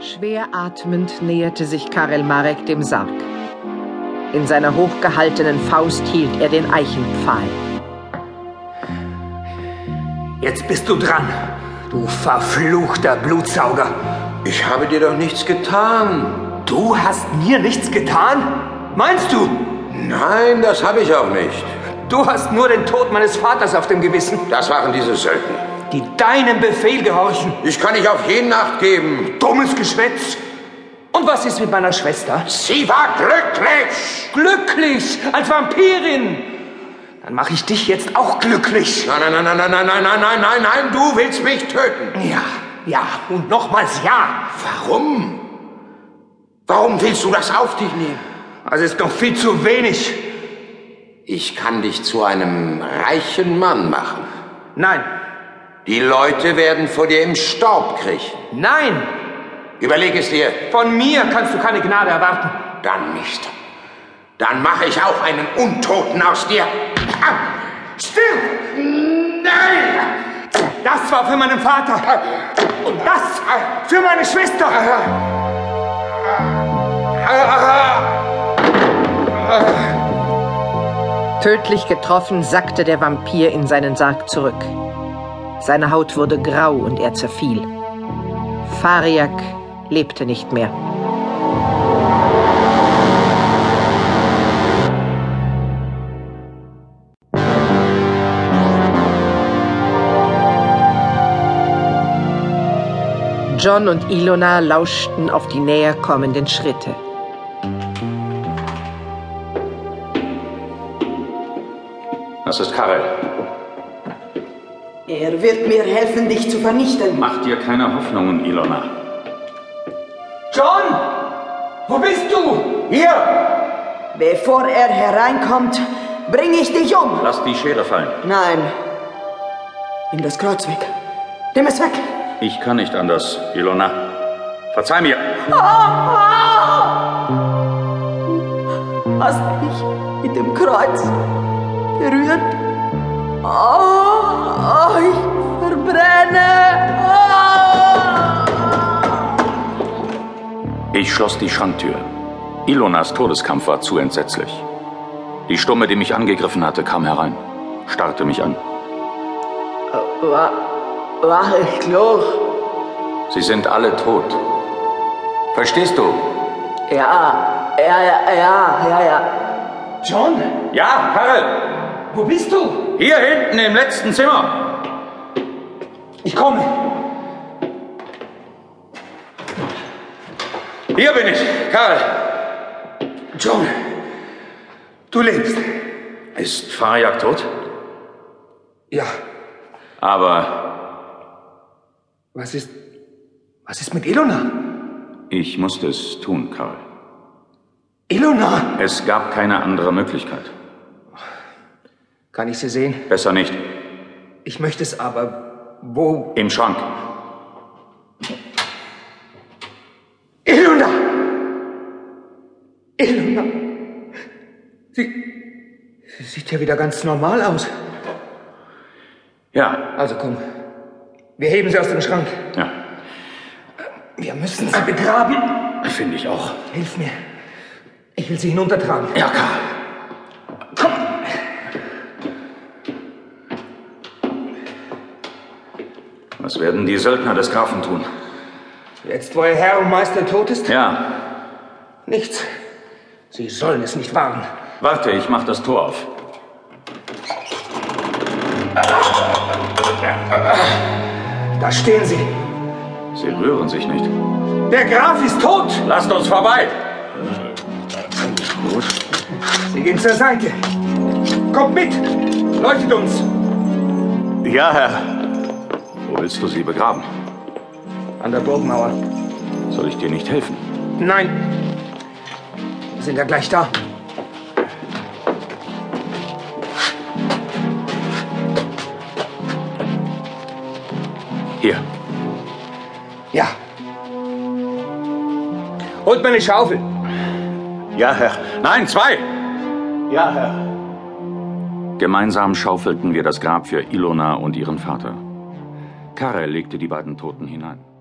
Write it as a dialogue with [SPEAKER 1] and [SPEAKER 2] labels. [SPEAKER 1] Schwer atmend näherte sich Karel Marek dem Sarg. In seiner hochgehaltenen Faust hielt er den Eichenpfahl.
[SPEAKER 2] Jetzt bist du dran, du verfluchter Blutsauger.
[SPEAKER 3] Ich habe dir doch nichts getan.
[SPEAKER 2] Du hast mir nichts getan? Meinst du?
[SPEAKER 3] Nein, das habe ich auch nicht.
[SPEAKER 2] Du hast nur den Tod meines Vaters auf dem Gewissen.
[SPEAKER 3] Das waren diese Söldner.
[SPEAKER 2] Die deinem Befehl gehorchen.
[SPEAKER 3] Ich kann nicht auf jeden Acht geben.
[SPEAKER 2] Dummes Geschwätz. Und was ist mit meiner Schwester?
[SPEAKER 3] Sie war glücklich.
[SPEAKER 2] Glücklich als Vampirin. Dann mache ich dich jetzt auch glücklich.
[SPEAKER 3] Nein, nein, nein, nein, nein, nein, nein, nein, nein, nein, du willst mich töten.
[SPEAKER 2] Ja, ja und nochmals ja.
[SPEAKER 3] Warum? Warum willst du das auf dich nehmen?
[SPEAKER 2] Das Also ist doch viel zu wenig.
[SPEAKER 3] Ich kann dich zu einem reichen Mann machen.
[SPEAKER 2] Nein,
[SPEAKER 3] Die Leute werden vor dir im Staub kriechen.
[SPEAKER 2] nein,
[SPEAKER 3] Überleg es dir.
[SPEAKER 2] von mir kannst du keine Gnade erwarten.
[SPEAKER 3] Dann nicht. Dann mache ich auch einen Untoten aus dir. Stirb! Nein!
[SPEAKER 2] Das war für meinen Vater und das für meine
[SPEAKER 3] Ah,
[SPEAKER 2] Schwester.
[SPEAKER 3] ah.
[SPEAKER 1] Tödlich getroffen sackte der Vampir in seinen Sarg zurück. Seine Haut wurde grau und er zerfiel. Fariak lebte nicht mehr. John und Ilona lauschten auf die näher kommenden Schritte.
[SPEAKER 4] Das ist Karel.
[SPEAKER 5] Er wird mir helfen, dich zu vernichten.
[SPEAKER 4] Mach dir keine Hoffnungen, Ilona.
[SPEAKER 2] John, wo bist du?
[SPEAKER 3] Hier!
[SPEAKER 5] Bevor er hereinkommt, bringe ich dich um.
[SPEAKER 4] Lass die Schere fallen.
[SPEAKER 5] Nein. Nimm das Kreuz weg. Nimm es weg.
[SPEAKER 4] Ich kann nicht anders, Ilona. Verzeih mir.
[SPEAKER 5] Hast mich mit dem Kreuz berührt. Oh, oh ich Ah. verbrenne.
[SPEAKER 4] Ich schloss die Schranktür. Ilonas Todeskampf war zu entsetzlich. Die Stumme, die mich angegriffen hatte, kam herein, starrte mich an.
[SPEAKER 5] Oh. War, war ich klug?
[SPEAKER 4] Sie sind alle tot. Verstehst du?
[SPEAKER 5] Ja, ja, ja, ja, ja, ja.
[SPEAKER 2] John,
[SPEAKER 4] Ja, Karel!
[SPEAKER 2] wo bist du?
[SPEAKER 4] Hier hinten im letzten Zimmer!
[SPEAKER 2] Ich komme.
[SPEAKER 4] Hier bin ich, Karel!
[SPEAKER 2] John, du lebst.
[SPEAKER 4] Ist Farjak tot?
[SPEAKER 2] Ja,
[SPEAKER 4] Aber
[SPEAKER 2] was ist. Was ist mit Ilona?
[SPEAKER 4] ich musste es tun, Karel.
[SPEAKER 2] Ilona!
[SPEAKER 4] Es gab keine andere Möglichkeit.
[SPEAKER 2] Kann ich sie sehen?
[SPEAKER 4] Besser nicht.
[SPEAKER 2] Ich möchte es aber. Wo?
[SPEAKER 4] Im Schrank.
[SPEAKER 2] Ilona! Ilona! Sie, sie sieht ja wieder ganz normal aus.
[SPEAKER 4] Ja,
[SPEAKER 2] Also komm, wir heben sie aus dem Schrank.
[SPEAKER 4] ja.
[SPEAKER 2] Wir müssen sie begraben.
[SPEAKER 4] Finde ich auch.
[SPEAKER 2] Hilf mir. Ich will sie hinuntertragen.
[SPEAKER 4] Ja, Karl. Komm! Was werden die Söldner des Grafen tun?
[SPEAKER 2] Jetzt, wo ihr Herr und Meister tot ist?
[SPEAKER 4] Ja,
[SPEAKER 2] Nichts. Sie sollen es nicht wagen.
[SPEAKER 4] warte, ich mach das Tor auf.
[SPEAKER 2] Da stehen sie.
[SPEAKER 4] Sie rühren sich nicht.
[SPEAKER 2] Der Graf ist tot.
[SPEAKER 4] Lasst uns vorbei!
[SPEAKER 2] Sie gehen zur Seite. Kommt mit. Leuchtet uns.
[SPEAKER 4] Ja, Herr. Wo willst du sie begraben?
[SPEAKER 2] An der Burgmauer.
[SPEAKER 4] Soll ich dir nicht helfen?
[SPEAKER 2] Nein. Wir sind ja gleich da.
[SPEAKER 4] Hier.
[SPEAKER 2] Ja. Holt mir eine Schaufel.
[SPEAKER 4] Ja, Herr. Nein, zwei!
[SPEAKER 6] Ja, Herr.
[SPEAKER 4] Gemeinsam schaufelten wir das Grab für Ilona und ihren Vater. Karel legte die beiden Toten hinein.